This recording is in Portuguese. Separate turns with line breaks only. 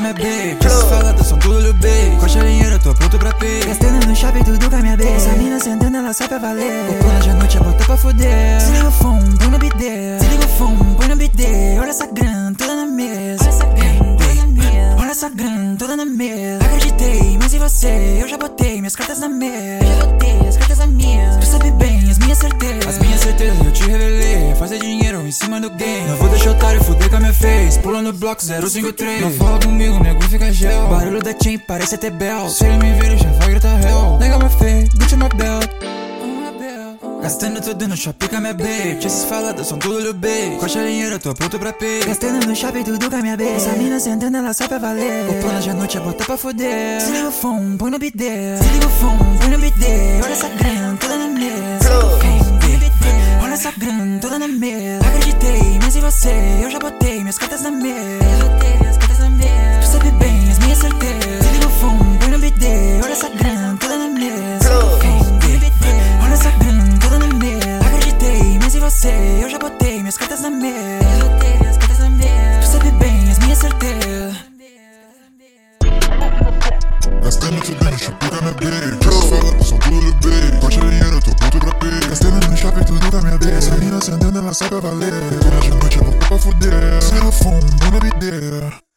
minha baby Essa falada são tudo lil baby Com a charinheira tô pronto pra pê
Gastando no shopping tudo com a minha baby Essa mina sentando ela só pra valer
Vou pular de noite, a botar pra fuder
Se liga o fone, põe no bidê tá Se liga o fone, põe no bidê Olha essa grana toda na mesa
Olha essa grana toda na mesa
Olha essa grana toda na mesa Acreditei, mas e você? Eu já botei minhas cartas na mesa
Eu já botei as cartas na mesa
Tu sabe bem as minhas certezas
As minhas certezas eu te revelei Fazer dinheiro em cima do game Não vou deixar o otário fuder com a minha face Pula no bloco 053 Não fala comigo, nego fica gel
Barulho da chain parece até bel
Se ele me ver ele já vai gritar hell Nega my face, Gucci my belt
Gastando tudo no shopping com a minha bitch
Esses faladas são tudo lil baby Com a charinheira tô pronto pra pê
Gastando no shopping tudo com a minha bitch Essa mina sentando ela só pra valer
Vou planejar a
é
noite, a botar pra fuder
Se liga o fone, põe no bidê Se liga o fone, põe no bidê Olha essa grana toda na mesa Olha essa grana toda na mesa Acreditei, mas e você? Eu já botei minhas cartas na mesa
Eu botei as cartas na mesa
Tu sabe bem as minhas certezas Se liga o fone, põe no bidê Olha essa grana toda na mesa Olha essa grana toda na mesa Acreditei, mas e você? Eu já botei minhas cartas na mesa
Eu botei as cartas na
Tu
mesa
sabe bem as minhas certezas
Gastando tudo no shopping com a minha bitch Essas faladas são tudo lil baby Com a charinheira tô pronto pra pê Gastando no shopping tudo com a minha bitch Essa mina sentando ela só pra valer Hoje à noite eu vou pra fuder Se eu for um bom na bideira